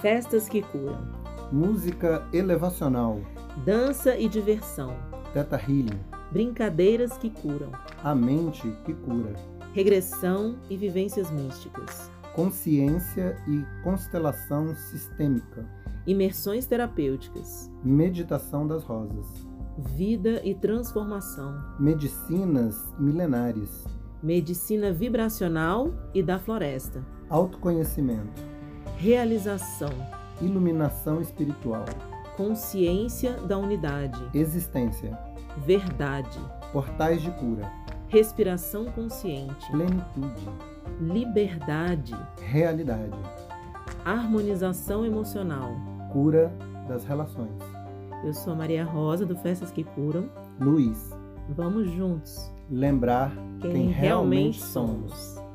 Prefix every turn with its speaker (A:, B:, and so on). A: festas que curam,
B: música elevacional,
A: dança e diversão,
B: teta healing,
A: brincadeiras que curam,
B: a mente que cura,
A: regressão e vivências místicas,
B: consciência e constelação sistêmica,
A: imersões terapêuticas,
B: meditação das rosas,
A: vida e transformação,
B: medicinas milenares,
A: medicina vibracional e da floresta,
B: autoconhecimento,
A: realização,
B: iluminação espiritual,
A: consciência da unidade,
B: existência,
A: verdade,
B: portais de cura,
A: respiração consciente,
B: plenitude,
A: liberdade,
B: realidade,
A: harmonização emocional.
B: cura das relações.
A: Eu sou a Maria Rosa do Festas que Curam.
B: Luiz,
A: Vamos juntos.
B: lembrar
A: Quem,
B: quem
A: realmente
B: realmente somos.
A: somos.